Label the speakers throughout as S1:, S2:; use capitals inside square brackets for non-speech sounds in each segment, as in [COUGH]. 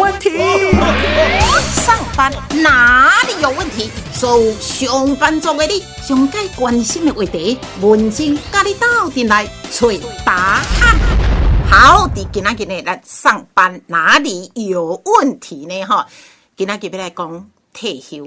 S1: 问题。
S2: 上班哪里有问题？所有上班族的你，上该关心的话题，文静甲你斗阵来找答案。好，伫今仔日呢，咱上班哪里有问题呢？哈，今仔日要来讲退休。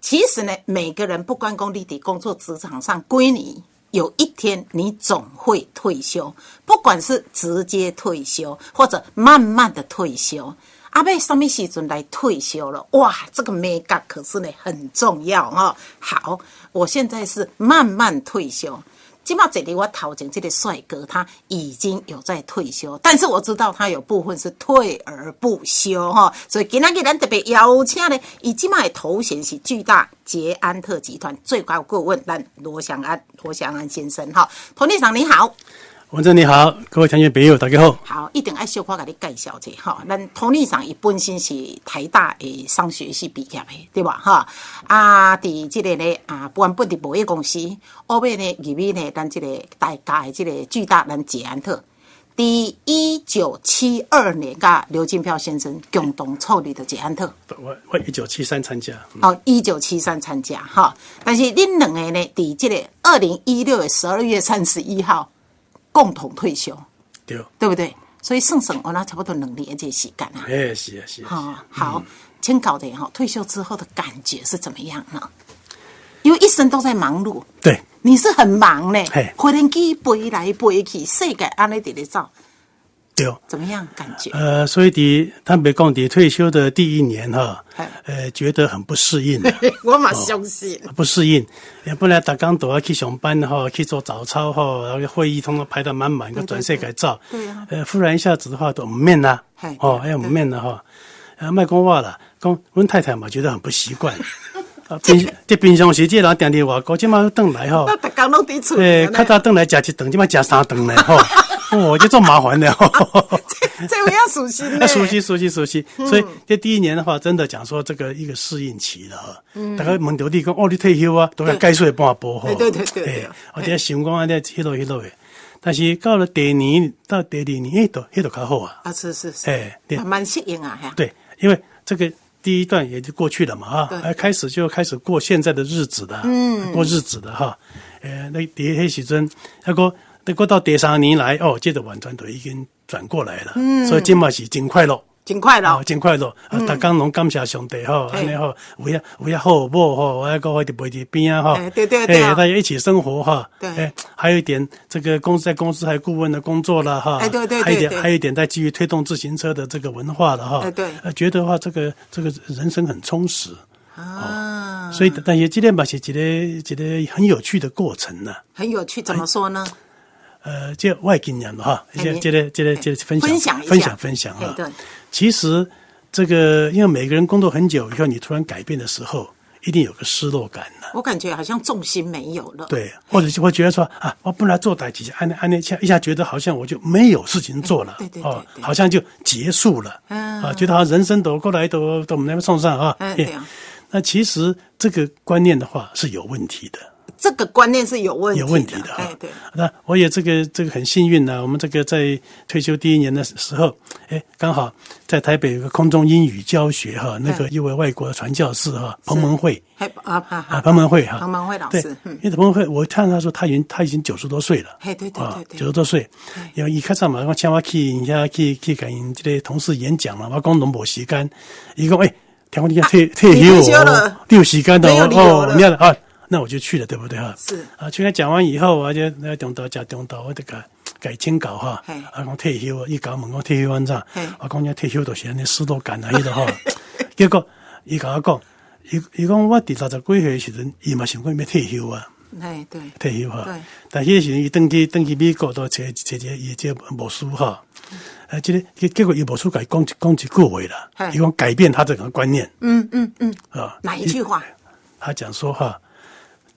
S2: 其实呢，每个人不管讲你伫工作职场上归你。有一天你总会退休，不管是直接退休或者慢慢的退休。阿贝什么时准来退休了？哇，这个 mega 可是呢很重要哦。好，我现在是慢慢退休。今嘛这里我讨见这个帅哥，他已经有在退休，但是我知道他有部分是退而不休哈、哦，所以今天咱特别邀请呢，伊今嘛的头衔是巨大捷安特集团最高顾问，咱罗祥安罗祥安先生哈、哦，佟队长你好。
S3: 文正你好，各位听众朋友大家好。
S2: 好，一定爱小可甲你介绍者哈。咱佟理长伊本身是台大诶商学系毕业诶，对吧哈？啊，伫即个咧啊，原本伫贸易公司，后尾呢入去呢咱即个大家诶即个巨大咱捷安特。伫一九七二年，甲刘金彪先生共同创立的捷安特。
S3: 我我一九七三参加。
S2: 哦，一九七三参加哈。但是恁两个呢，伫即个二零一六诶十二月三十一号。共同退休，
S3: 对
S2: 对不对？所以算算，我那差不多两年这时间啊。
S3: 哎，是啊，是啊。
S2: 好，好，请搞的哈，退休之后的感觉是怎么样呢？因为一生都在忙碌，
S3: 对，
S2: 你是很忙嘞，
S3: 回
S2: 天机飞来飞去，世界安尼伫咧走，
S3: 对，
S2: 怎么样感
S3: [LAUGHS]
S2: 觉？
S3: 呃，所以的，他别讲的退休的第一年哈，
S2: 哎
S3: 呃，觉得很不适应，啊
S2: [LAUGHS] 我嘛相信，
S3: 不适应。本来大刚都要去上班哈，去做早操哈，然后会议通通排得满满，个转世改造。
S2: 对啊，
S3: 呃，忽然一下子的话都唔面啦，哦，哎唔面了哈，呃，卖讲话啦，讲阮太太嘛觉得很不
S2: [LAUGHS]
S3: 习惯。啊，平即平常时即人定定话，讲即马转来吼，
S2: 那工拢伫厝。
S3: 诶，较早转来食一顿，即马食
S2: [LAUGHS]
S3: 三顿咧吼。哦，这做麻烦了。
S2: 啊这这我要熟悉呢。
S3: [LAUGHS] 熟悉熟悉熟悉，
S2: 嗯
S3: 所以这第一年的话，真的讲说这个一个适应期了哈。大家问到你讲哦，你退休啊，都要该岁半波
S2: 哈。嗯对对对对。
S3: 我哋想讲啊，咧迄落迄落诶，但是到了第二年到第二年，迄度迄度较好啊。
S2: 啊是是是。诶，慢慢适应啊。
S3: 对，因为这个。第一段也就过去了嘛啊，开始就开始过现在的日子的，嗯，过日子的哈。呃，那第一时阵，那个那过到第三年来哦，接着晚团队已经转过来了，嗯，所以今嘛是真快乐，
S2: 真快乐，
S3: 真快乐。啊，
S2: 嗯
S3: 大家拢感谢上帝哈，安尼哈，有呀有呀好某哈，我个我就陪伫边啊哈，
S2: 哎对对对，
S3: 大家一起生活哈，
S2: 对，
S3: 还有一点这个公司在公司还有顾问的工作了哈，
S2: 哎对对对，
S3: 还有一点还有一点在基于推动自行车的这个文化了哈，
S2: 哎对，
S3: 觉得话这个这个人生很充实
S2: 啊，
S3: 哦所以但也今天吧是觉得觉得很有趣的过程呢，
S2: 很有趣，怎么说呢？
S3: 呃，这外经验了哈，这这个这个这个分
S2: 哎享哎
S3: 分享分享啊。
S2: 对，
S3: 其实这个因为每个人工作很久以后，你突然改变的时候，一定有个失落感的。
S2: 我感觉好像重心没有了。
S3: 对，或者就会觉得说啊，我本来做代几下，按按一下一下，觉得好像我就没有事情做了，哦
S2: 对对对，嗯
S3: 好像就结束了，啊，觉得好像人生都过来都都我们那边送上啊。
S2: 对啊。
S3: 那其实这个观念的话是有问题的。
S2: 这个观念是有问题哎
S3: 有问题的哎哈。
S2: 对，
S3: 那我也这个这个很幸运呢、啊。我们这个在退休第一年的时候，哎，刚好在台北有个空中英语教学哈，那个一位外国传教士哈，彭蒙慧，
S2: 啊
S3: [LAUGHS]
S2: 啊
S3: 彭蒙慧哈，
S2: 彭蒙慧老师，
S3: 因为彭蒙慧，我看他说他已经他已经九十多岁了，啊
S2: 哎对对对对，
S3: 九十多岁，因为一开始嘛，我请我去人家去去跟这个同事演讲嘛，我讲拢无时间，伊
S2: 啊
S3: 讲哎，听我你退退休
S2: 了，
S3: 你有时间的
S2: 哦，
S3: 你看啊。那我就去了，对不对哈？
S2: 是
S3: 啊，去了讲完以后，我就那中岛讲中岛，我得改改清搞哈。啊，讲退休，伊搞问我退休安怎？我讲你退休都是安尼失落感啊，迄个哈。
S2: [LAUGHS]
S3: 结果伊甲我讲，伊伊讲我第六十几岁时阵，伊嘛想过要退休啊。
S2: 哎对，
S3: 退休哈。但迄个时阵，伊登去登去美国都找找一个伊这牧师哈。
S2: 嗯
S3: 啊，这个结结果伊牧师改讲一讲一句话啦，伊讲改变他这个观念。
S2: 嗯嗯嗯。
S3: 啊，
S2: 哪一句话？
S3: 他讲说哈。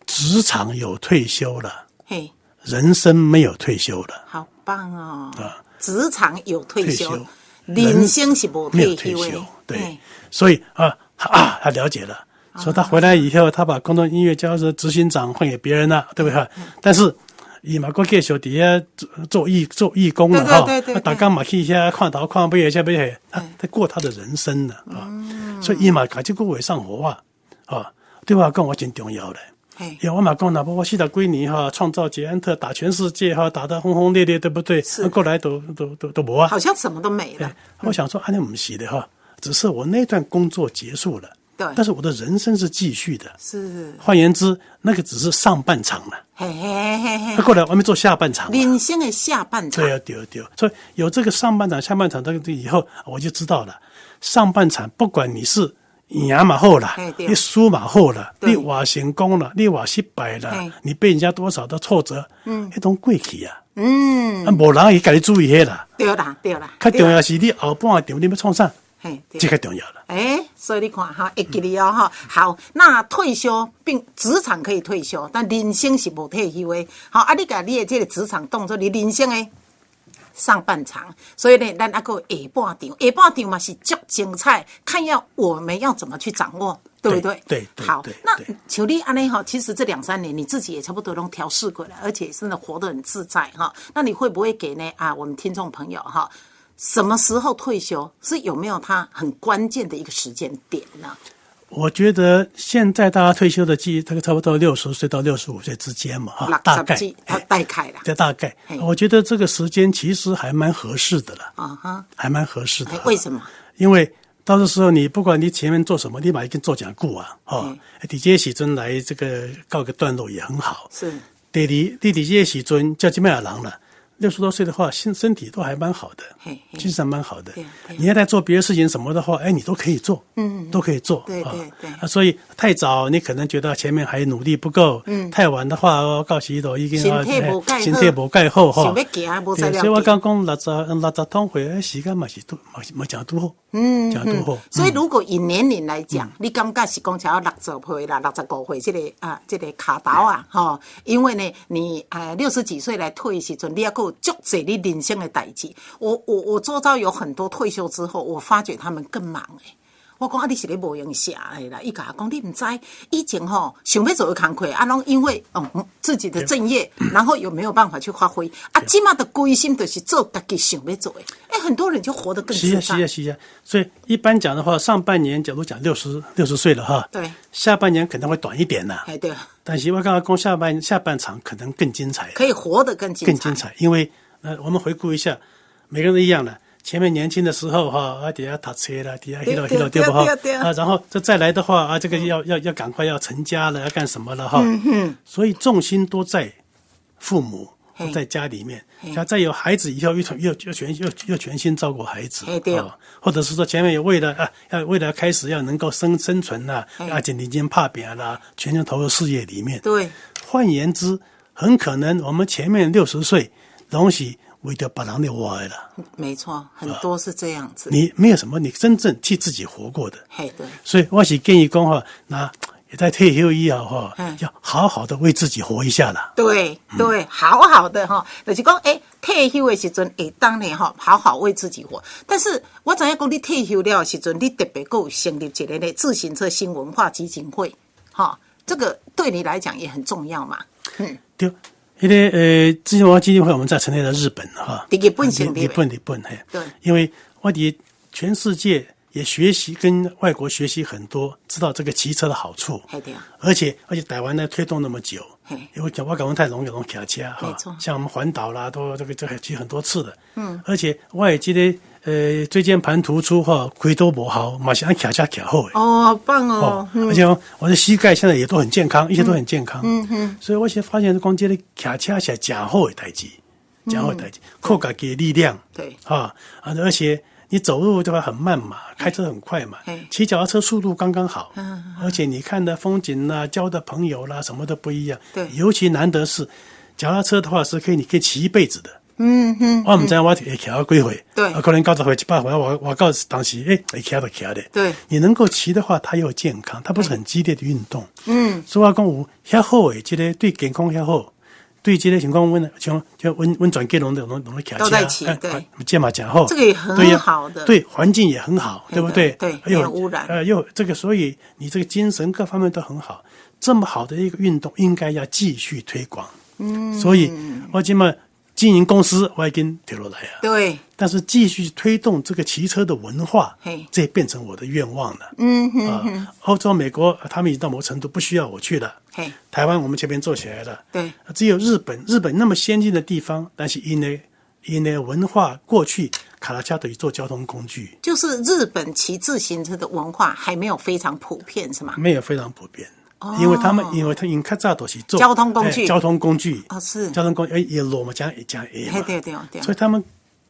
S3: 职场有退休了，
S2: 嘿，
S3: 人生没有退休了，
S2: 好棒哦！
S3: 啊，
S2: 职场有退
S3: 休，
S2: 人生是无
S3: 没有退休，对，
S2: 哎
S3: 所以啊，他啊，他了解了，
S2: 嗯
S3: 说他回来以后，他把工作音乐教室执行长换给别人了，对不对？但是伊嘛佫继续伫遐做做义做义工了吼，
S2: 对对对对
S3: 啊，大家嘛去遐看头看尾，遐要他他过他的人生呢啊，
S2: 嗯
S3: 所以伊嘛甲即句话上活啊，啊，对我来讲我真重要嘞。
S2: 嘿，
S3: 有我嘛讲，哪怕我四十几年哈，创造捷安特，打全世界哈，打得轰轰烈烈，对不对？
S2: 是
S3: 啊过来都都都都无啊。
S2: 好像什么都没了，，
S3: 对哎我想说，安尼唔是的哈，只是我那段工作结束了，
S2: 对
S3: 但是我的人生是继续的。
S2: 是，
S3: 换言之，那个只是上半场了，
S2: 嘿嘿嘿
S3: 他
S2: 嘿，
S3: 过来我还没做下半场嘛。
S2: 人生的下半场
S3: 对，啊，对啊，对啊。所以有这个上半场、下半场这个以后，我就知道了。上半场不管你是赢嘛后了
S2: 哎嘿，对啊
S3: 你输嘛后了，
S2: 对哎
S3: 你话成功了，你话失败了
S2: 嘿，
S3: 你被人家多少的挫折，嗯，迄种过去啊，
S2: 嗯，
S3: 啊，无人伊家己注意迄啦。
S2: 对啦对啦，
S3: 啊较重
S2: 对啦，
S3: 要是你后半场你要创啥，
S2: 嘿，对
S3: 这个重要了。
S2: 哎，所以你看哈，会记得哦哈。好，那退休并职场可以退休，但人生是无退休的。好，啊，你把你的这个职场当做你人生的上半场，所以呢，咱还佫有下半场，下半场嘛是足精彩，看要我们要怎么去掌握，对不对？
S3: 对对
S2: 好
S3: 对，
S2: 那
S3: 对
S2: 求你安内哈，其实这两三年你自己也差不多都调试过了，而且真的活得很自在哈。那你会不会给呢啊我们听众朋友哈，什么时候退休是有没有他很关键的一个时间点呢？
S3: 我觉得现在大家退休的记忆，大概差不多六十岁到六十五岁之间嘛，哈，啊大概，哎
S2: 他带开啊啦，
S3: 这大概
S2: 哎嘿，
S3: 我觉得这个时间其实还蛮合适的了，
S2: 啊哈，
S3: 还蛮合适的
S2: 哎
S3: 哈。
S2: 为什么？
S3: 因为到的时候，你不管你前面做什么，立马一定做讲故啊，哦，
S2: 嗯
S3: 底这时阵来这个告个段落也很好。
S2: 是
S3: 第二，第二这时阵叫金麦尔郎了，六十多岁的话，身身体都还蛮好的
S2: 嘿，嘿
S3: 精神蛮好的
S2: 对啊对啊。
S3: 你要在做别的事情什么的话，哎，你都可以做，嗯，都可以做，
S2: 对
S3: 啊
S2: 对对
S3: 啊所以太早你可能觉得前面还努力不够，嗯，太晚的话，哦到时都已经
S2: 身体无
S3: 哎
S2: 介
S3: 身
S2: 好
S3: 体无盖好哈
S2: 想要行无材
S3: 对
S2: 料
S3: 所以我
S2: 行
S3: 刚讲六十六十趟回来时间嘛是都嘛是嘛讲拄好，嗯，讲拄好。
S2: 所以如果以年龄来讲，你感觉是讲才要六十岁啦、六十五岁这个啊，这个卡刀啊，吼、因为呢，你呃六十几岁来退的时阵，你还够足侪你人生的代志。我我我周遭有很多退休之后，我发觉他们更忙诶、我讲啊，你是咧无用写的啦！伊甲我讲，你毋知以前吼、想要做的工课，啊，拢因为哦、嗯自己的正业，然后有没有办法去发挥？啊，即马的归心就是做家己想要做的。哎、很多人就活得更自
S3: 是
S2: 在。
S3: 啊，是啊，是啊。所以一般讲的话，上半年假如讲六十六十岁了哈，
S2: 对，
S3: 下半年可能会短一点呐、
S2: 哎，对。
S3: 但是我刚刚讲下半下半场可能更精彩，
S2: 可以活得更精彩。
S3: 更精彩，因为呃，我们回顾一下，每个人都一样的。前面年轻的时候哈，啊，底下打车啦，底下黑
S2: 对
S3: 到
S2: 对
S3: 黑到对不哈
S2: 对对对
S3: 啊，然后这再来的话啊，这个要要要赶快要成家了，要干什么了哈？
S2: 嗯
S3: 所以重心都在父母
S2: 嘿，
S3: 在家里面，然后再有孩子以后，又又又全又又全心照顾孩子
S2: 嘿对哦
S3: 啊或者是说前面有为了啊，要为了开始要能够生生存啦，
S2: 嘿
S3: 啊，紧紧肩怕扁啦，全心投入事业里面。
S2: 对，
S3: 换言之，很可能我们前面六十岁拢是为着别人的活的啦，
S2: 没错，很多是这样子。
S3: 你没有什么你真正替自己活过的。
S2: 嘿，对，
S3: 所以我是建议讲哈，那也在退休以后哈
S2: 嗯，
S3: 要好好的为自己活一下啦。
S2: 对对，好好的哈，就是讲，诶，退休的时阵，会当然哈，好好为自己活。但是我知影讲，你退休了的时阵，你特别够成立一个呢自行车新文化基金会，哈，这个对你来讲也很重要嘛。嗯
S3: 对，因为呃，之前我基金会我们在成立了日本哈，
S2: 在日本成立的
S3: 日本日本嘿，
S2: 对
S3: 因为我的全世界也学习跟外国学习很多，知道这个骑车的好处
S2: 嘿对啊，
S3: 而且而且台湾呢推动那么久
S2: 嘿，
S3: 因为我港湾太容易容卡车
S2: 没
S3: 哈
S2: 错，
S3: 像我们环岛啦，都这个这个骑很多次的，嗯，而且我也记得呃，椎间盘突出哈，亏都不好，马上卡车卡后诶。
S2: 哦，好棒
S3: 哦
S2: 哦，，
S3: 而且我的膝盖现在也都很健康，一切都很健康。嗯嗯，所以我现在发现光这个卡车是真好的代志，真好的代志，靠自己的力量。
S2: 对
S3: 啊，啊而且你走路对吧很慢嘛，开车很快嘛
S2: 嘿，
S3: 骑脚踏车速度刚刚好。嗯，而且你看的风景啦、交的朋友啦，什么都不一样。
S2: 对
S3: 尤其难得是脚踏车的话，是可以你可以骑一辈子的。嗯哼，我唔知道我会骑到几回，
S2: 对
S3: 啊可能九十回、一百回，我我到当时诶，会骑就啊骑的。
S2: 对
S3: 你能够骑的话，它又健康，它不是很激烈的运动。嗯，所以我讲有遐好诶，即个对健康遐好，对即个情况温像像温温转给拢的拢拢咧骑
S2: 都在骑
S3: 哎
S2: 对
S3: 哎这嘛讲好，
S2: 这个也很
S3: 对呀
S2: 好的
S3: 对环境也很好，对不对？
S2: 对
S3: 还有
S2: 没有污染
S3: 呃，又这个，所以你这个精神各方面都很好，这么好的一个运动，应该要继续推广。
S2: 嗯
S3: 所以我今嘛经营公司，我已经跌落来啊。
S2: 对，
S3: 但是继续推动这个骑车的文化
S2: 嘿，
S3: 这也变成我的愿望了。嗯哼欧洲、美国他们已经到某程度不需要我去了。
S2: 嘿，
S3: 台湾我们前面做起来了，啊
S2: 对，
S3: 只有日本，日本那么先进的地方，但是因为因为文化过去卡拉恰等于做交通工具，
S2: 就是日本骑自行车的文化还没有非常普遍，是吗？
S3: 没有非常普遍。因为他们，因为他因较早都是
S2: 哦
S3: 做
S2: 交通工具
S3: 哎交通工具
S2: 哦是
S3: 交通工具，哎，也罗嘛讲也讲也嘛
S2: 嘿，，对对对，
S3: 所以他们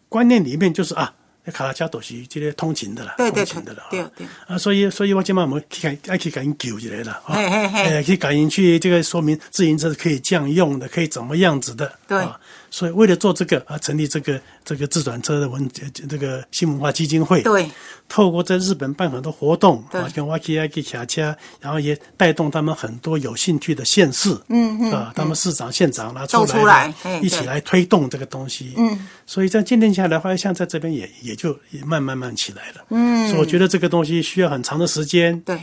S3: 观念里面就是啊，那卡拉加都是这些通勤的啦，
S2: 对对
S3: 通勤的啦，
S2: 对
S3: 啊
S2: 对
S3: 啊，所以所以我今晚我们去赶，爱去赶紧救起来了，啊
S2: 嘿嘿嘿
S3: 哎去赶紧去这个说明自行车是可以这样用的，可以怎么样子的，
S2: 对
S3: 啊，所以为了做这个啊，成立这个这个自转车的文这这个新文化基金会，
S2: 对，
S3: 透过在日本办很多活动，
S2: 对
S3: 啊，跟 Waki Yaki 卡车，然后也带动他们很多有兴趣的县市，嗯嗯，啊，他们市长、县长拿出
S2: 都
S3: 来
S2: 出来嘿
S3: 一起
S2: 对
S3: 来推动这个东西，嗯，所以这样渐渐下来，花像在这边也也就也慢慢慢起来了，嗯，所以我觉得这个东西需要很长的时间，
S2: 对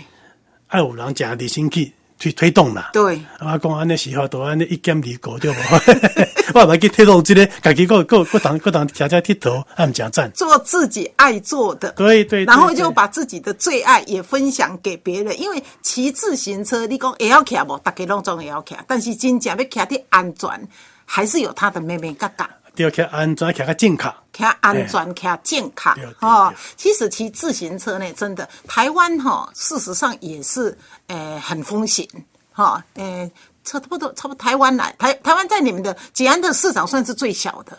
S3: 爱五郎讲李新去去推动啦。
S2: 对，
S3: 我讲安尼时候，都安尼一减二过对无？我唔系去推动这个，家己个个个当个当家家佚佗，也唔正赞。
S2: 做自己爱做的，
S3: 对对对
S2: 然后就
S3: 对
S2: 把自己的最爱也分享给别人，因为骑自行车，你讲也要骑无，大家拢总也要骑，但是真正要骑的安全，还是有它的妹妹嘎嘎。
S3: 对，去安全，去个进卡。
S2: 骑安全，骑健康
S3: 对对对
S2: 哦。其实骑自行车呢，真的台湾哈、事实上也是呃很风行哈，呃差不多差不多台湾来台台湾在你们的吉安的市场算是最小的，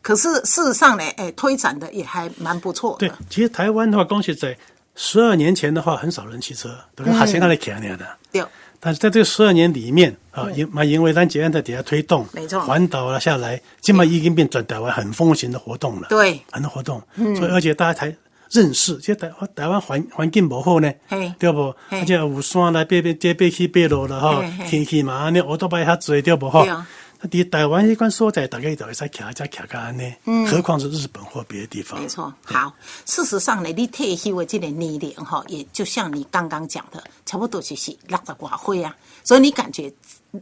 S2: 可是事实上呢，哎、推展的也还蛮不错
S3: 对
S2: 的。，
S3: 其实台湾的话，恭喜在十二年前的话，很少人骑车，都是哈先开来骑那的。
S2: 对，
S3: 但是在这十二年里面啊，因嘛因为咱捷安在底下推动，
S2: 没错
S3: 环岛了下来，今嘛已经变转台湾很风行的活动了。
S2: 对嗯
S3: 很多活动，所以而且大家才认识，其实台台湾环环境不好呢
S2: 嘿，
S3: 对不？
S2: 嘿
S3: 而且有山啦，爬爬这爬起爬落了吼
S2: 嘿嘿，
S3: 天气嘛，安尼乌都拜较多对不吼
S2: 对啊？
S3: 那伫台湾迄款所在，大概就会使徛只徛个安尼，何况是日本或别的地
S2: 嗯
S3: 方？
S2: 没错。好，事实上呢，你退休的这个年龄哈、也就像你刚刚讲的，差不多就是六十寡岁啊，所以你感觉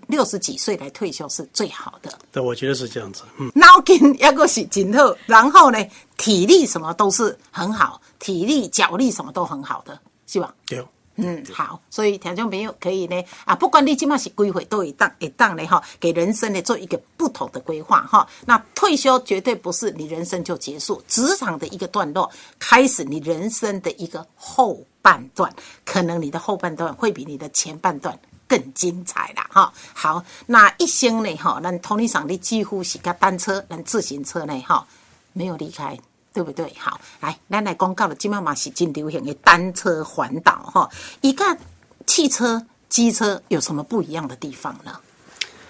S2: 六十几岁来退休是最好的。
S3: 对，我觉得是这样子。嗯，
S2: 脑筋也个是真好，然后呢，体力什么都是很好，体力、脚力什么都很好的，是吧？
S3: 对。
S2: 嗯，好，所以听众朋友可以呢啊，不管你今嘛是规划都一档一档呢哈，给人生呢做一个不同的规划哈。那退休绝对不是你人生就结束，职场的一个段落，开始你人生的一个后半段，可能你的后半段会比你的前半段。更精彩啦，哈！好，那一生呢，哈，咱同理上你几乎是跟单车、咱自行车呢，哈，没有离开，对不对？好，来，咱来讲到了，今麦嘛是真流行的单车环岛哈，一个汽车、机车有什么不一样的地方呢？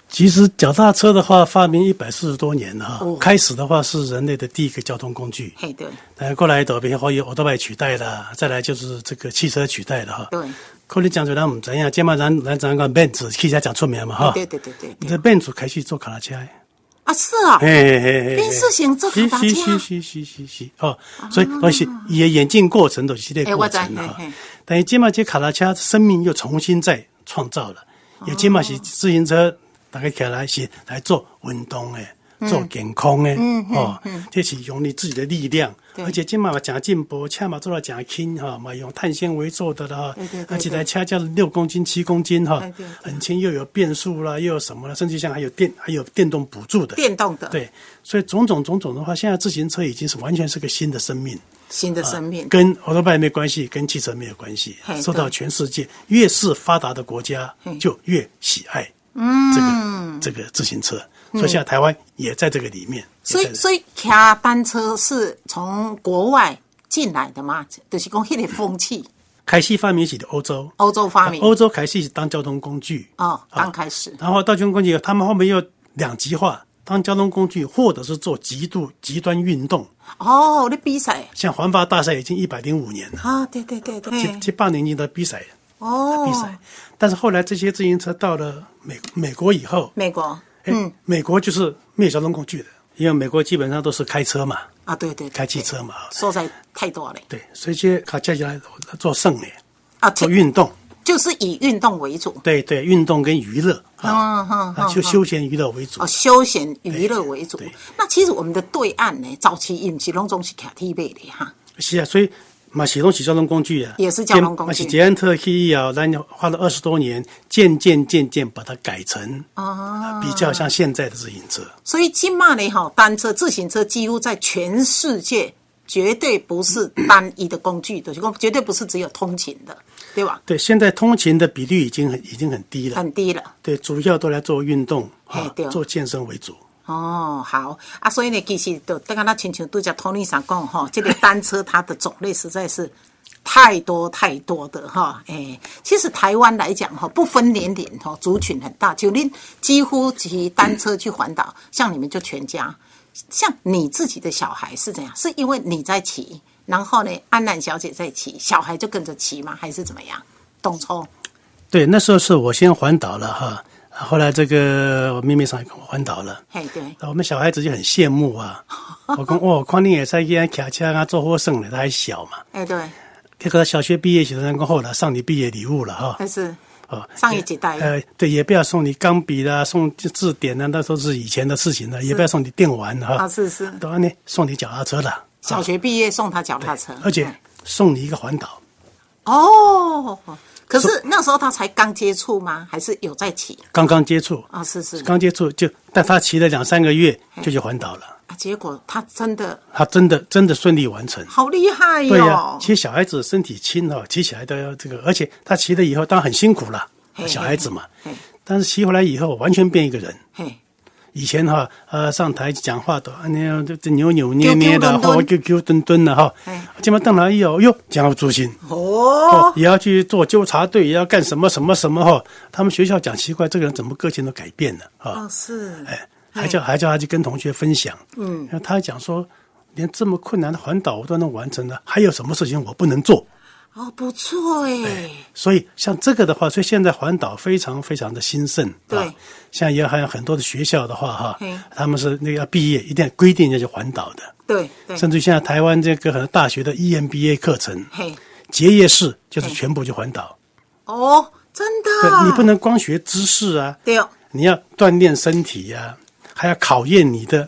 S3: 其实脚踏车的话，发明一百四十多年了
S2: 哦
S3: 哈。开始的话是人类的第一个交通工具。
S2: 嘿，对
S3: 呃，过来都比如说有 o t o 取代了，再来就是这个汽车取代了哈。
S2: 对，
S3: 可能讲出来我们知影，即嘛咱咱咱个 Benz 汽车讲出名嘛哈。
S2: 对对对对对
S3: 这 Benz 开始做卡拉车的，
S2: 啊，是啊，
S3: 嘿嘿嘿嘿。
S2: 变色型做卡
S3: 是
S2: 达
S3: 是
S2: 车
S3: 是，是是是是哦，所以东西伊的演进过程都是这个过程
S2: 哎我
S3: 哈
S2: 知嘿嘿。
S3: 但是即嘛这卡拉车生命又重新再创造了，
S2: 哦
S3: 也即嘛是自行车大概起来是来做运动的。
S2: 嗯
S3: 做健康的、哦，这是用你自己的力量，而且今嘛讲进步，车嘛做到讲轻哈，嘛用碳纤维做的啦
S2: 对对，对
S3: 而且台车叫六公斤、七公斤哈
S2: 对对对，
S3: 很轻，又有变速啦，又有什么啦，甚至像还有电，还有电动补助的，
S2: 电动的，，
S3: 对，所以种种种种的话，现在自行车已经是完全是个新的生命，
S2: 新的生命，
S3: 啊跟欧洲拜没关系，跟汽车没有关系
S2: 嘿，
S3: 受到
S2: 对
S3: 全世界越是发达的国家
S2: 嘿嗯
S3: 就越喜爱这个这个自行车，所以现在台湾也在这个里面。
S2: 所以所以骑单车是从国外进来的嘛，就是讲迄个风气，
S3: 凯西发明起的欧洲，
S2: 欧洲发明
S3: 啊欧洲凯西是当交通工具
S2: 哦，刚
S3: 啊
S2: 开始，
S3: 然后道交通工具，他们后面又两极化，当交通工具或者是做极度极端运动，
S2: 哦，你比赛
S3: 像环法大赛已经一百零五年了。
S2: 啊，对对对对，
S3: 七七八年级的比赛
S2: 哦，
S3: 比赛，但是后来这些自行车到了美美国以后，
S2: 美国
S3: 哎，美国就是没有交通工具的，因为美国基本上都是开车嘛，
S2: 啊，对对，对
S3: 开汽，车嘛，
S2: 对说在太多了
S3: 啊对，所以这些卡加起来做剩的
S2: 啊，
S3: 做
S2: 这
S3: 运动，
S2: 就是以运动为主。
S3: 对对，运动跟娱乐
S2: 啊啊
S3: 啊，就休闲娱乐为主
S2: 哦，。休闲娱乐为主
S3: 对对。
S2: 那其实我们的对岸呢，早期也不是拢总是徛铁马的哈，
S3: 是啊，所以嘛是拢是交通工具啊，
S2: 也是交通工具
S3: 嘛是捷安特去以后，咱花了二十多年，渐渐渐渐把它改成
S2: 哦
S3: 啊，比较像现在的自行车。
S2: 所以今嘛呢哈，单车、自行车几乎在全世界绝对不是单一的工具，就是讲绝对不是只有通勤的，对吧？
S3: 对，现在通勤的比率已经很已经很低了，
S2: 很低了。
S3: 对，主要都来做运动
S2: 嘿
S3: 啊
S2: 对，
S3: 做健身为主。
S2: 哦，好啊，所以呢，其实就刚刚那亲像对只托尼上讲吼， [LAUGHS] 这个单车它的种类实在是太多太多的哈。诶、其实台湾来讲哈，不分年龄哈，族群很大，就您几乎骑单车去环
S3: [COUGHS]
S2: 岛，像你们就全家，像你自己的小孩是怎样？是因为你在骑，然后呢，安南小姐在骑，小孩就跟着骑吗？还是怎么样？董聪，
S3: 对，那时候是我先环岛了哈，啊后来这个我妹妹上也跟我环岛了。
S2: 嘿，对，
S3: 那我们小孩子就很羡
S2: [LAUGHS]
S3: 慕啊！我讲哦，看你也在安骑车啊，做获胜了，他还小嘛。
S2: 哎、对，
S3: 这个小学毕业时候，人讲好了，送你毕业礼物了哈。
S2: 但是
S3: 哦，
S2: 哎上一级代
S3: 呃，对，也不要送你钢笔啦，送字典啦，那都是以前的事情了，也不要送你电玩了
S2: 啊，
S3: 哈。
S2: 是是。
S3: 当然呢，送你脚踏车了，
S2: 小学毕业送他脚踏车，
S3: 而且
S2: 哎
S3: 送你一个环岛。
S2: 哦，可是那时候他才刚接触吗？还是有在骑
S3: 刚刚接触，
S2: 啊？是是
S3: 刚接触就，但他骑了两三个月就去环岛了，
S2: 啊，结果他真的
S3: 他真的真的顺利完成。
S2: 好厉害哦
S3: 对
S2: 哟、
S3: 呀、其实小孩子身体轻哦，骑起来都要这个，而且他骑了以后，当然很辛苦了
S2: 嘿，
S3: 小孩子嘛
S2: 嘿嘿。
S3: 但是骑回来以后，完全变一个人。
S2: 嘿，
S3: 以前哈、呃，上台讲话都啊，那样就就扭扭捏捏的，哦
S2: 丢丢蹲
S3: 或扭扭蹲蹲的哈啊
S2: 哎。
S3: 今晚邓来一哦，哟，讲到诛心
S2: 哦
S3: 哦，，也要去做纠察队，也要干什么什么什么哈。他们学校讲奇怪，这个人怎么个性都改变了啊？
S2: 哦是，
S3: 哎，还叫还叫他去跟同学分享。嗯，他还讲说，连这么困难的环岛我都能完成了，还有什么事情我不能做？
S2: 哦不错哎、
S3: 所以像这个的话，所以现在环岛非常非常的兴盛，
S2: 对
S3: 啊，像也还有很多的学校的话哈
S2: 嗯，
S3: 他们是那个要毕业一定要规定要去环岛的，
S2: 对对，
S3: 甚至像台湾这个很多大学的 E EMBA 课程，
S2: 嘿，
S3: 结业式就是
S2: 嗯
S3: 全部去环岛，
S2: 哦真的
S3: 对，
S2: 啊，
S3: 你不能光学知识啊，
S2: 对哦，
S3: 你要锻炼身体呀、还要考验你的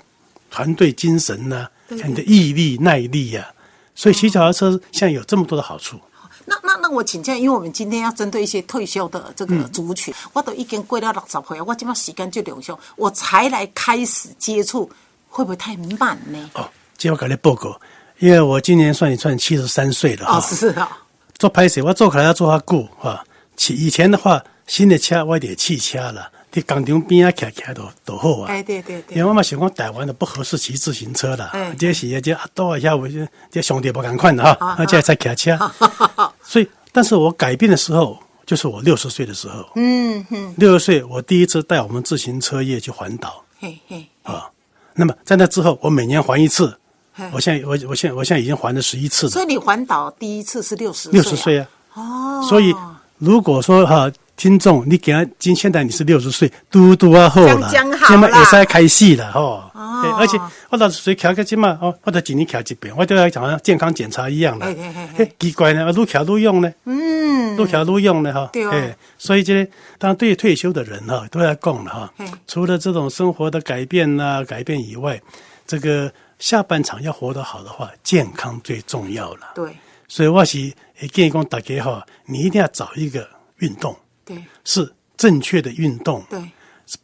S3: 团队精神呐、像你的毅力、耐力呀、所以骑脚踏车现在有这么多的好处。
S2: 那那那我请教，因为我们今天要针对一些退休的这
S3: 嗯
S2: 个族群，我都已经过了六十岁，我今麦时间就两休，我才来开始接触，会不会太慢呢？
S3: 哦，结果给你报告，因为我今年算一算七十三岁了哈、
S2: 哦，是啊，
S3: 做拍摄我做起来要做较久哈。骑、以前的话，新的车我得汽车了，伫工厂边啊骑骑都都好啊。
S2: 哎对对对
S3: 因为我嘛想讲台湾的不合适骑自行车啦，
S2: 哎哦
S3: 这是这阿多一下我这这兄弟不敢看的哈，啊，这才骑车。所以，但是我改变的时候。就是我六十岁的时候，嗯哼，六十岁我第一次带我们自行车业去环岛，
S2: [LAUGHS] 嘿嘿，
S3: 啊。那么在那之后，我每年还一次
S2: 嘿。
S3: 我现在我我现在我现在已经还了十一次
S2: 所
S3: 了，
S2: 以你环岛第一次是六十
S3: 六十岁啊。哦。所以如果说哈、听众，你给他今现在你是六十岁，嘟嘟啊后了，
S2: 这样讲好啦哦
S3: 现在也是开戏了吼。对而且我老是随调个今嘛哦，我得几年调一遍，我都要讲健康检查一样了
S2: 嘿嘿嘿。嘿
S3: 嘿奇怪呢，愈调愈用呢。嗯。愈调愈用呢哈。
S2: 对啊
S3: 嘿所以这个当然对于退休的人哈、都要讲了哈、
S2: 嘿
S3: 除了这种生活的改变呐、改变以外，这个下半场要活得好的话，健康最重要了。
S2: 对
S3: 所以我是也建议讲大家哈，你一定要找一个运动
S2: 对
S3: 是正确的运动，
S2: 对，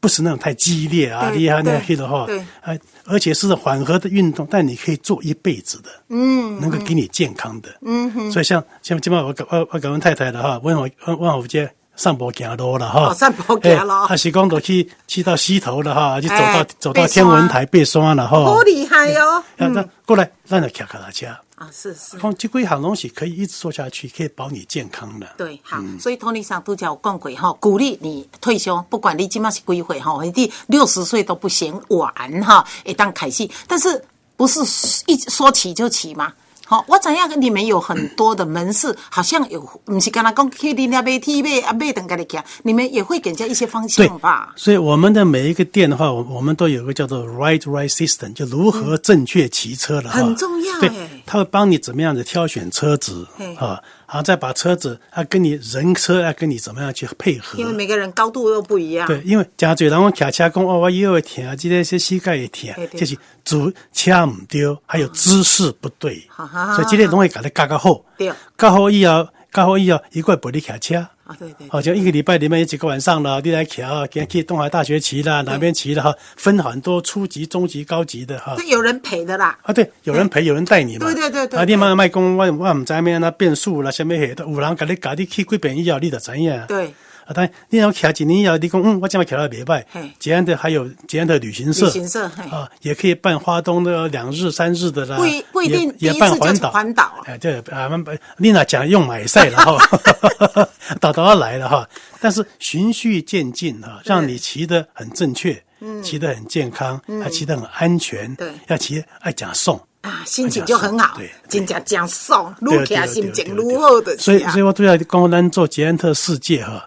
S3: 不是那种太激烈啊、
S2: 对
S3: 厉害那
S2: 对
S3: 黑的哈
S2: 对，
S3: 呃，而且是缓和的运动，但你可以做一辈子的，嗯，能够给你健康的，嗯，所以像像今晚我感我我感恩太太了哈，问我问问我姐。上坡行路了哈，
S2: 哦散步走路
S3: 他啊是讲都去去到西头了哈，去走
S2: 哎
S3: 到走到
S2: 爬山
S3: 天文台背山了哈，
S2: 好厉害哦！
S3: 啊那过来，咱就骑卡踏车，
S2: 啊，是是，
S3: 讲这几项东西可以一直做下去，可以保你健康的。
S2: 对，好，所以托尼上都叫我讲过吼，鼓励你退休，不管你今麦是几岁吼，你六十岁都不嫌晚哈，会当开始，但是不是一说起就起嘛？好，我知影你们有很多的门市，好像有，不是跟他讲去你那买铁买啊买等家己行，你们也会给人家一些方向吧？
S3: 所以我们的每一个店的话，我我们都有个叫做 Right Right System，就如何正确骑车的哈，
S2: 很重要
S3: 对
S2: 哎，
S3: 他会帮你怎么样子挑选车子啊，然后再把车子啊跟你人车啊跟你怎么样去配合。
S2: 因为每个人高度又不一样。
S3: 对，因为真侪人我骑车讲哦，我腰会疼，即个些膝盖会疼，这是主车唔对，还有姿势不对，所以这个拢会甲你教较好。
S2: 对，
S3: 教好以后，教好以后，伊会陪你骑车。
S2: 啊，对对，
S3: 哦好，就一个礼拜里面有几个晚上了，你来骑啊，今天去东海大学骑啦，哪边骑了哈，分很多初级、中级、高级的哈。
S2: 这有人陪的啦。
S3: 啊，对，有人陪，有人带你嘛。
S2: 对对对对。
S3: 啊，你妈卖讲，我我唔知咩那变数啦，什么嘢，有人甲你教你去几遍以后，你就知影。
S2: 对。
S3: 啊，但你要骑一年以后，你讲嗯，我这样骑了袂歹。捷安特还有捷安特旅行社。
S2: 旅行社。
S3: 啊，也可以办花东的两日、三日的啦。
S2: 不不一定
S3: 呃也办环
S2: 岛。环岛。
S3: 哎，对啊，丽娜讲用买赛了哈， [LAUGHS] 导导要来了哈。但是循序渐进哈，让你骑得很正确，骑得很健康，还骑得很安全。
S2: 嗯对，
S3: 要骑爱讲送
S2: 啊，心情就很好。
S3: 哎对，
S2: 真正讲送，愈骑啊心情愈好的。啊
S3: 所以，所以我主要讲，咱做捷安特世界哈，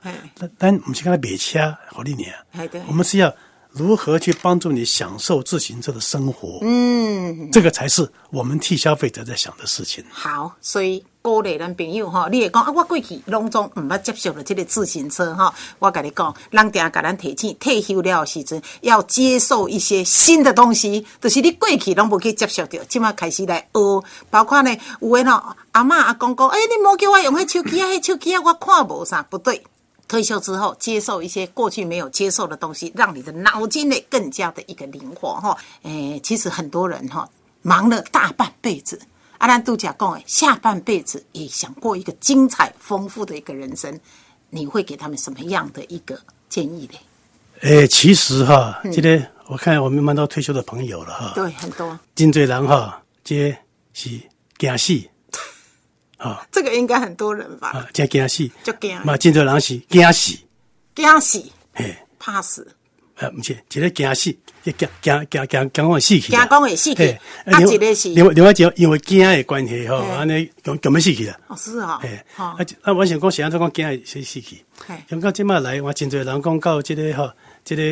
S3: 咱不是跟他买车好你
S2: 哎
S3: 年，我们是要。如何去帮助你享受自行车的生活？
S2: 嗯，
S3: 这个才是我们替消费者在想的事情。
S2: 好，所以鼓励咱朋友吼，你会讲啊，我过去拢总毋捌接受了这个自行车吼，我甲你讲，人定甲咱提醒，退休了时阵要接受一些新的东西，就是你过去拢无去接受着，即马开始来学，包括呢有诶咯，阿嬷阿公讲，诶、欸，你莫叫我用迄手机啊，迄手机啊，我看无啥，不对。退休之后，接受一些过去没有接受的东西，让你的脑筋呢更加的一个灵活哈。诶、欸，其实很多人哈、哦、忙了大半辈子，阿兰杜假讲诶，下半辈子也想过一个精彩丰富的一个人生，你会给他们什么样的一个建议呢？
S3: 诶、欸，其实哈，今天、嗯、我看我们蛮多退休的朋友了哈，
S2: 对，很多，
S3: 真侪人哈，这是惊死。
S2: 啊，这个应该很多人吧？啊，
S3: 真惊死，
S2: 就惊，
S3: 嘛，真多人是惊死，
S2: 惊死，
S3: 嘿，
S2: 怕死，
S3: 啊，毋是，一个惊死，一惊惊惊惊惊我死去，
S2: 惊讲会死去，啊，一个是，
S3: 另外另外就因为惊的关系啊吼，安尼强强要死去啦，
S2: 哦是啊，啊
S3: 嘿，啊啊，我想讲是安怎讲惊会死死去，香港即摆来，我真侪人讲到即个吼，即个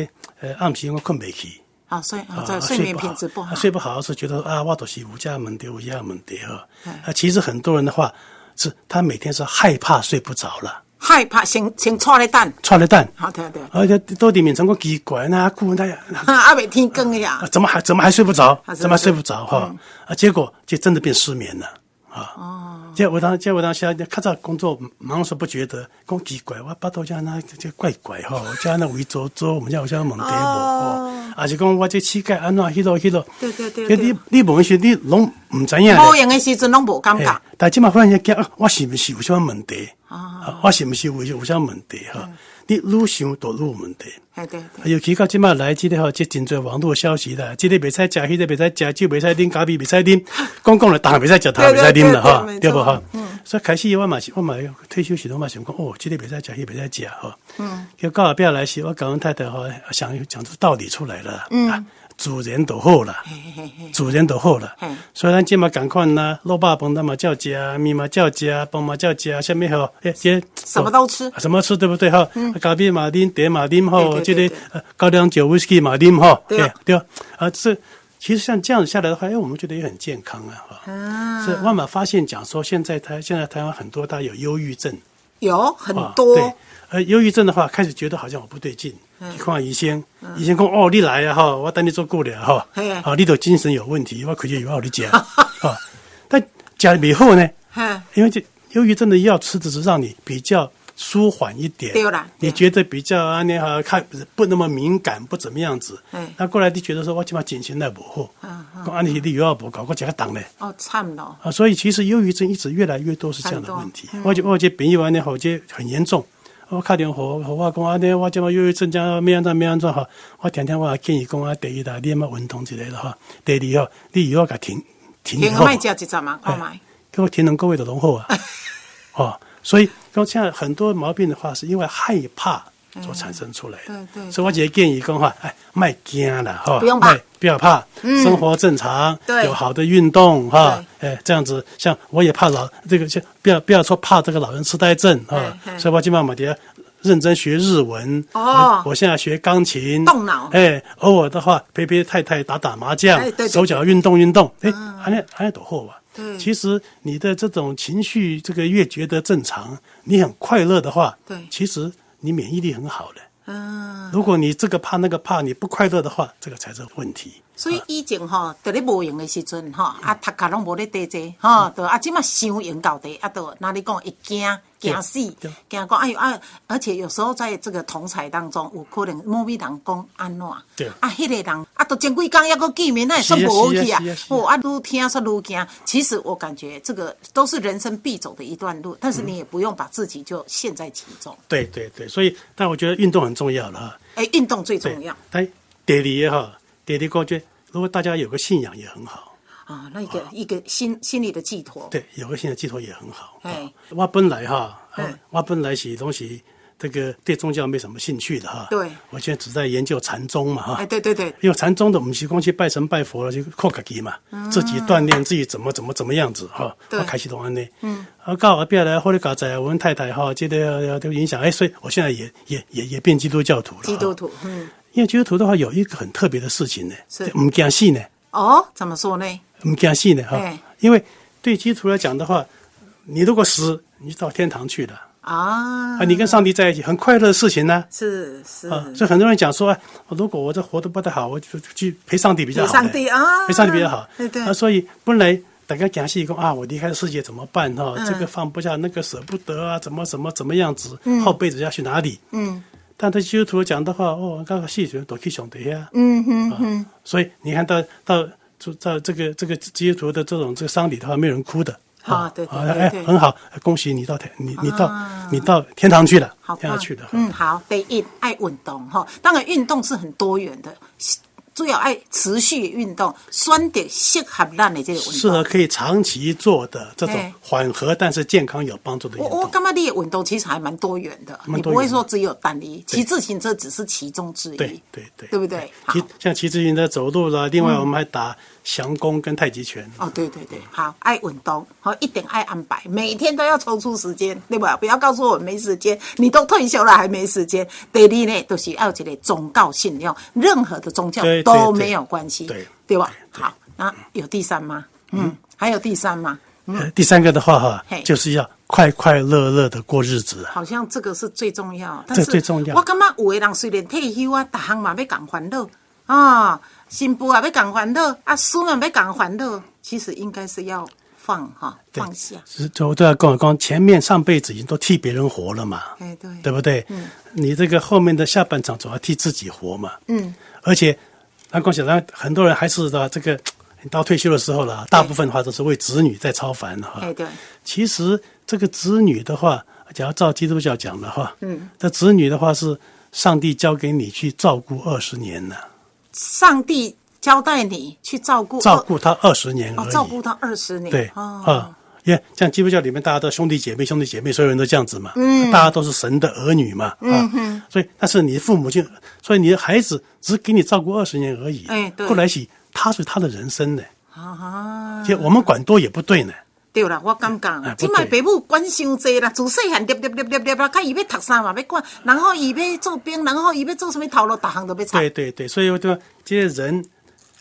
S3: 呃暗时我困袂去。
S2: 啊，睡啊，睡眠品质不好，
S3: 睡不好是觉得啊，我都是有家门得，有家门得哈。啊，其实很多人的话是，他每天是害怕睡不着了，
S2: 害怕先先踹了蛋，
S3: 踹了蛋，
S2: 好对啊对，
S3: 而且都里面成个奇怪啊，顾问他呀，
S2: [LAUGHS] 啊，未天更呀，
S3: 怎么还怎么还睡不着，怎么还睡不
S2: 嗯
S3: 着哈？啊，结果就真的变失眠了啊。哦，结果当结果当下，看到工作忙时不觉得，讲奇怪，我巴肚家那这怪怪哈，我家那围桌桌，我们家有家门得无。还是讲我这膝盖安怎迄落迄落，
S2: 哦对对对，你
S3: 你无时你拢毋知影。哎
S2: 无用的时阵拢无感觉。
S3: 但即马忽然间惊，啊我是毋是有啥问题？
S2: 哦
S3: 啊，我是毋是有有啥问题？哈，你愈想都愈问题。
S2: 系对。
S3: 尤其到即马来，即个吼，即真侪网络消息啦，即个袂使食，迄个袂使食，酒袂使啉，咖啡袂使 [LAUGHS] 啉，讲讲来当袂使食，头袂使啉啦，哈，对嗯不哈？所以开始我嘛是，我嘛退休时阵嘛想讲，哦，这个袂使食，那个袂使食哈。嗯。就到后壁来时，我甲阮太太吼，想讲出道理出来了。嗯。主人都好了，主人都好了。所以咱即嘛赶快呐，肉霸饭他嘛叫加，面嘛叫加，饭嘛叫加，下面吼，哎，这
S2: 什么都吃，
S3: 什么吃对不对哈？咖啡嘛啉，茶嘛啉吼，这个高粱酒、威士忌嘛啉吼，对对啊，这。其实像这样下来的话，哎，我们觉得也很健康啊，哈、啊。是万马发现讲说，现在台现在台湾很多大家有忧郁症，
S2: 有很多。
S3: 对，呃，忧郁症的话，开始觉得好像我不对劲，去看医生，医生讲哦，你来啊哈，我等你做过了哈，啊，你的精神有问题，我可以有好你讲啊。 [LAUGHS] 但讲以后呢，因为这忧郁症的药吃的是让你比较。舒缓一点，
S2: 对啊啦，
S3: 你觉得比较啊，你好看不那么敏感，不怎么样子。
S2: 哎
S3: 那过来就觉得说，我起码精神在不好，
S2: 啊
S3: 讲安利你又要不搞过几个档嘞。
S2: 哦，惨了。
S3: 啊，所以其实忧郁症一直越来越多是这样的问题。
S2: 嗯
S3: 我就我这朋友安尼好，这很严重。我打电话和我讲安尼，我这么忧郁症，这啊咩安怎咩安怎哈。我天天我建议讲啊，第一啦，你嘛运动之类的哈。第二吼，你以后甲哎停停
S2: 好。停卖食一阵嘛，我买。
S3: 给我停两个月就拢
S2: [LAUGHS]
S3: 好啊。哦。所以，讲现在很多毛病的话，是因为害怕所产生出来的。
S2: 嗯、对对,对。
S3: 所以我姐建议讲话，哎，卖惊了哈，
S2: 不用怕，
S3: 不要怕，嗯、生活正常，有好的运动哈，哎，这样子。像我也怕老这个，像不要不要说怕这个老人痴呆症啊，所以我基本上底下认真学日文。
S2: 哦。
S3: 我现在学钢琴。
S2: 动脑。
S3: 哎，偶尔的话陪陪太太打打麻
S2: 哦
S3: 将，
S2: 哎、对对嗯
S3: 手脚运动运动。哎，还那还那多好啊！其实你的这种情绪，这个越觉得正常，你很快乐的话，
S2: 对
S3: 其实你免疫力很好的。
S2: 嗯，
S3: 如果你这个怕那个怕，你不快乐的话，这个才是问题。
S2: 所以以前吼，在咧无闲的时阵吼，
S3: 嗯
S2: 啊，读卡拢无咧地坐，吼，就啊，即马想用到地，啊，就哪里讲会惊，惊死，
S3: 对
S2: 惊讲哎呦啊！而且有时候在这个同才当中，有可能某位人讲安怎，啊，
S3: 对
S2: 迄个人啊，都前几工还搁见面，那也算
S3: 是啊
S2: 无
S3: 是啊
S2: 去啊
S3: 是啊，是啊
S2: 哦啊，愈听说愈惊。其实我感觉这个都是人生必走的一段路，
S3: 嗯
S2: 但是你也不用把自己就陷在其中，
S3: 对对对，所以但我觉得运动很重要了哈。
S2: 哎，运动最
S3: 对
S2: 重要。
S3: 但第二个哈，第二个就如果大家有个信仰也很好，
S2: 啊，那一个一个心心理的寄托。
S3: 对，有个信仰寄托也很好。
S2: 哎
S3: 啊我本来哈
S2: 嗯，
S3: 我本来是东西这个对宗教没什么兴趣的哈。
S2: 对
S3: 我现在只在研究禅宗嘛
S2: 哎，
S3: 哈。
S2: 对对对，
S3: 因为禅宗的我们习惯去拜神拜佛了，就靠自己嘛，自己锻炼自己怎么怎么怎么样子哈，
S2: 嗯对
S3: 我开始都安尼。嗯，啊，到后壁来后来搞在我们太太哈，这个都影响哎，所以我现在也也也也变基督教徒了。
S2: 基督
S3: 哈
S2: 徒，嗯，
S3: 因为基督徒的话有一个很特别的事情呢，
S2: 是
S3: 唔惊死呢，
S2: 哦，怎么说呢？
S3: 唔惊死呢哈
S2: 哎。
S3: 因为对基督徒来讲的话，你如果死，你就到天堂去了
S2: 啊
S3: 啊，，你跟上帝在一起，很快乐的事情呢。
S2: 是是，
S3: 啊，所以很多人讲说，哎如果我这活得不太好，我就就去陪上帝比较好。
S2: 陪上帝啊
S3: 陪上帝比较好。
S2: 对对
S3: 啊，所以本来大家讲是一个啊，我离开世界怎么办哈、
S2: 嗯
S3: 这个放不下，那个舍不得啊，怎么怎么怎么样子，后辈子要去哪里？嗯。但对基督徒讲的话，哦，那个戏学都去上帝呀。嗯哼哼、所以你看到到就到这个这个基督徒的这种这个丧礼的话，没有人哭的。
S2: 啊对对对
S3: 哎
S2: 对啊
S3: 很好，恭喜你到天，你你到、你到天堂去了
S2: 好，
S3: 天
S2: 棒
S3: 堂去了。
S2: 嗯，好，第一爱运动哈，当然运动是很多元的，主要爱持续运动，选择适合咱的这个运
S3: 适
S2: 动。
S3: 合可以长期做的这
S2: 对
S3: 种缓和但是健康有帮助的运
S2: 哎我我
S3: 动。
S2: 感觉你的运动其实还蛮多元的，
S3: 蛮多元的
S2: 你不会说只有单一，骑自行车只是其中之一，
S3: 对对对，
S2: 对不对？好嗯
S3: 骑像骑自行车走路啦，另外我们还打降功跟太极拳。
S2: 哦，对对对，好，爱运动，好，一定爱安排，每天都要抽出时间，对吧？不要告诉我没时间，你都退休了还没时间。第二呢，就是要有一个宗教信仰，任何的宗教
S3: 对对
S2: 都
S3: 对
S2: 没有关系，
S3: 对
S2: 吧？
S3: 对
S2: 好，那有第三吗？嗯，还有第三吗？
S3: 呃第三个的话哈
S2: 嗯嘿，
S3: 就是要快快乐乐的过日子啊。
S2: 好像这个是最重要，但
S3: 这
S2: 是
S3: 最重要
S2: 我感觉有的人虽然退休啊，逐项嘛要共烦恼啊，新妇也要共烦恼啊，孙嘛要共烦恼，其实应该是要放哈、
S3: 对
S2: 放下，
S3: 是，就我都要跟我讲，前面上辈子已经都替别人活了嘛，
S2: 哎，对，
S3: 对不对？嗯，你这个后面的下半场总要替自己活嘛。嗯，而且，那恭喜，那很多人还是的这个。到退休的时候了，大部分的话都是为子女在操烦哈。
S2: 哎对。
S3: 其实这个子女的话，假如照基督教讲的话，嗯，这子女的话是上帝交给你去照顾二十年呢、
S2: 上帝交代你去照顾
S3: 照顾他二十年
S2: 哦
S3: 而已。
S2: 照顾到二十年，
S3: 对
S2: 哦，
S3: 啊，因为像基督教里面大家都兄弟姐妹，兄弟姐妹，所有人都这样子嘛，嗯，大家都是神的儿女嘛，
S2: 嗯
S3: 啊，所以但是你的父母亲，所以你的孩子只给你照顾二十年而已，
S2: 哎对
S3: 后来是他是他的人生呢，
S2: 啊，
S3: 其实我们管多也不对呢，
S2: 对啦，我感觉，
S3: 哎不
S2: 即
S3: 对
S2: 摆爸母管伤济啦，自细汉，叠叠叠叠叠啦，甲伊要读啥嘛，要管，然后伊要做兵，然后伊要做什么头路，逐项都要查
S3: 对，对对，所以我就说这些人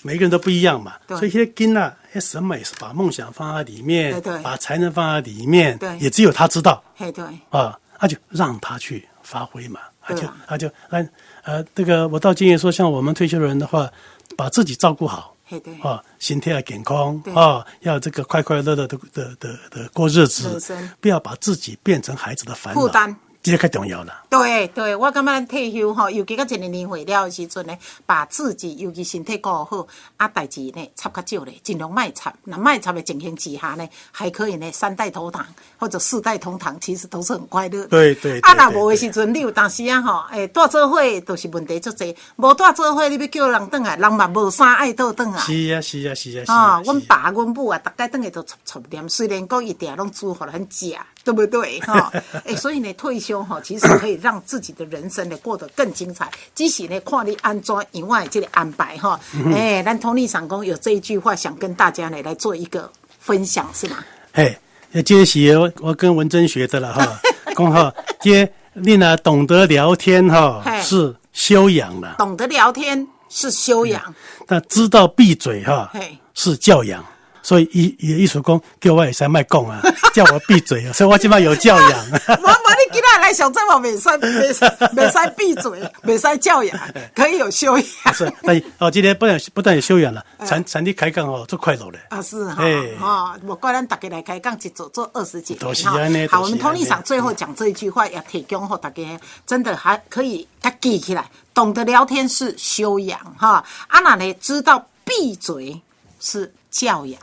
S3: 每个人都不一样嘛，
S2: 对
S3: 所以这些金啊，哎，神美是把梦想放在里面，
S2: 对对
S3: 把才能放在里面
S2: 对，
S3: 也只有他知道，
S2: 嘿对，
S3: 啊，那、就让他去发挥嘛，啊
S2: 对
S3: 就
S2: 啊
S3: 啊就那呃，这个我倒建议说，像我们退休的人的话，把自己照顾好
S2: 嘿对，
S3: 啊，心态要健康
S2: 对
S3: 啊，要这个快快乐乐的的的的过日
S2: 人
S3: 子
S2: 生，
S3: 不要把自己变成孩子的烦恼
S2: 负担，
S3: 这个太重要了。
S2: 对对，我感觉咱退休吼，尤其到一个年岁了的时阵呢，把自己尤其身体顾好，啊，代志呢插较少咧，尽量卖插。那卖插的情形之下呢，还可以呢三代同堂或者四代同堂，其实都是很快乐的。
S3: 对对对
S2: 啊，
S3: 对
S2: 若无的
S3: 对
S2: 时阵，你有当时啊吼，诶，带做伙就是问题足济，无带做伙，你要叫人转来，人嘛无啥爱倒转来。
S3: 是啊，是啊，是啊，是
S2: 啊
S3: 啊，，
S2: 阮
S3: 是啊
S2: 爸、阮母啊，逐概等下都吵吵念。虽然讲一定拢煮互咱食，对不
S3: [LAUGHS]
S2: 对？哈、诶，所以呢，退休哈、其实可以让自己的人生呢过得更精彩。只是呢，看你安怎以外这个安排哈、
S3: 嗯
S2: 诶、咱通力上工有这一句话，想跟大家呢来做一个分享，是吗？
S3: 嘿，那这些我我跟文珍学的了
S2: [LAUGHS]
S3: 哈，讲哈，这你呢懂得聊天
S2: 嘿
S3: 哈是修养了，嗯
S2: 懂得聊天是修养，
S3: 那知道闭嘴哈
S2: 嘿
S3: 是教养。所以伊伊的意思讲叫我会使卖
S2: [LAUGHS]
S3: 讲啊，叫我闭嘴啊，所以我即摆有教养。
S2: 妈妈，你今仔来上这嘛，未使未使未使闭嘴，未使教
S3: [LAUGHS]
S2: 养，可以有修养。
S3: 是，但是哦，今天不但不但有修养了，
S2: 嗯
S3: 产产地开杠哦，做快乐嘞。
S2: 啊是哈，哦，我怪咱大家来开杠，一做做二十几
S3: 都是安尼。
S2: 好，我们通力长最后讲这一句话，也提供给大家，真的还可以，他记起来，懂得聊天是修养哈。啊，那呢，知道闭嘴是教养，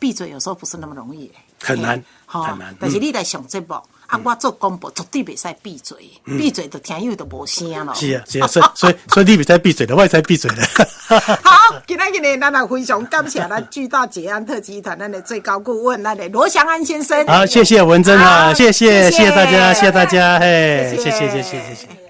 S2: 闭嘴有时候不是那么容易。
S3: 很难，
S2: 哈，
S3: 很难。嗯
S2: 但是你来上节目，啊，我做广播绝对袂使闭嘴，闭嘴就听友就无声咯。
S3: 嗯是啊，是啊，所以所以所以你袂使闭嘴的，我会使闭嘴的。
S2: [LAUGHS] 好，今仔日呢，咱也非常感谢咱巨大捷安特集团咱的最高顾问，咱的罗祥安先生。
S3: 啊好，谢谢文珍啊，谢谢谢谢大家，谢谢大家，嘿，谢谢谢谢谢谢。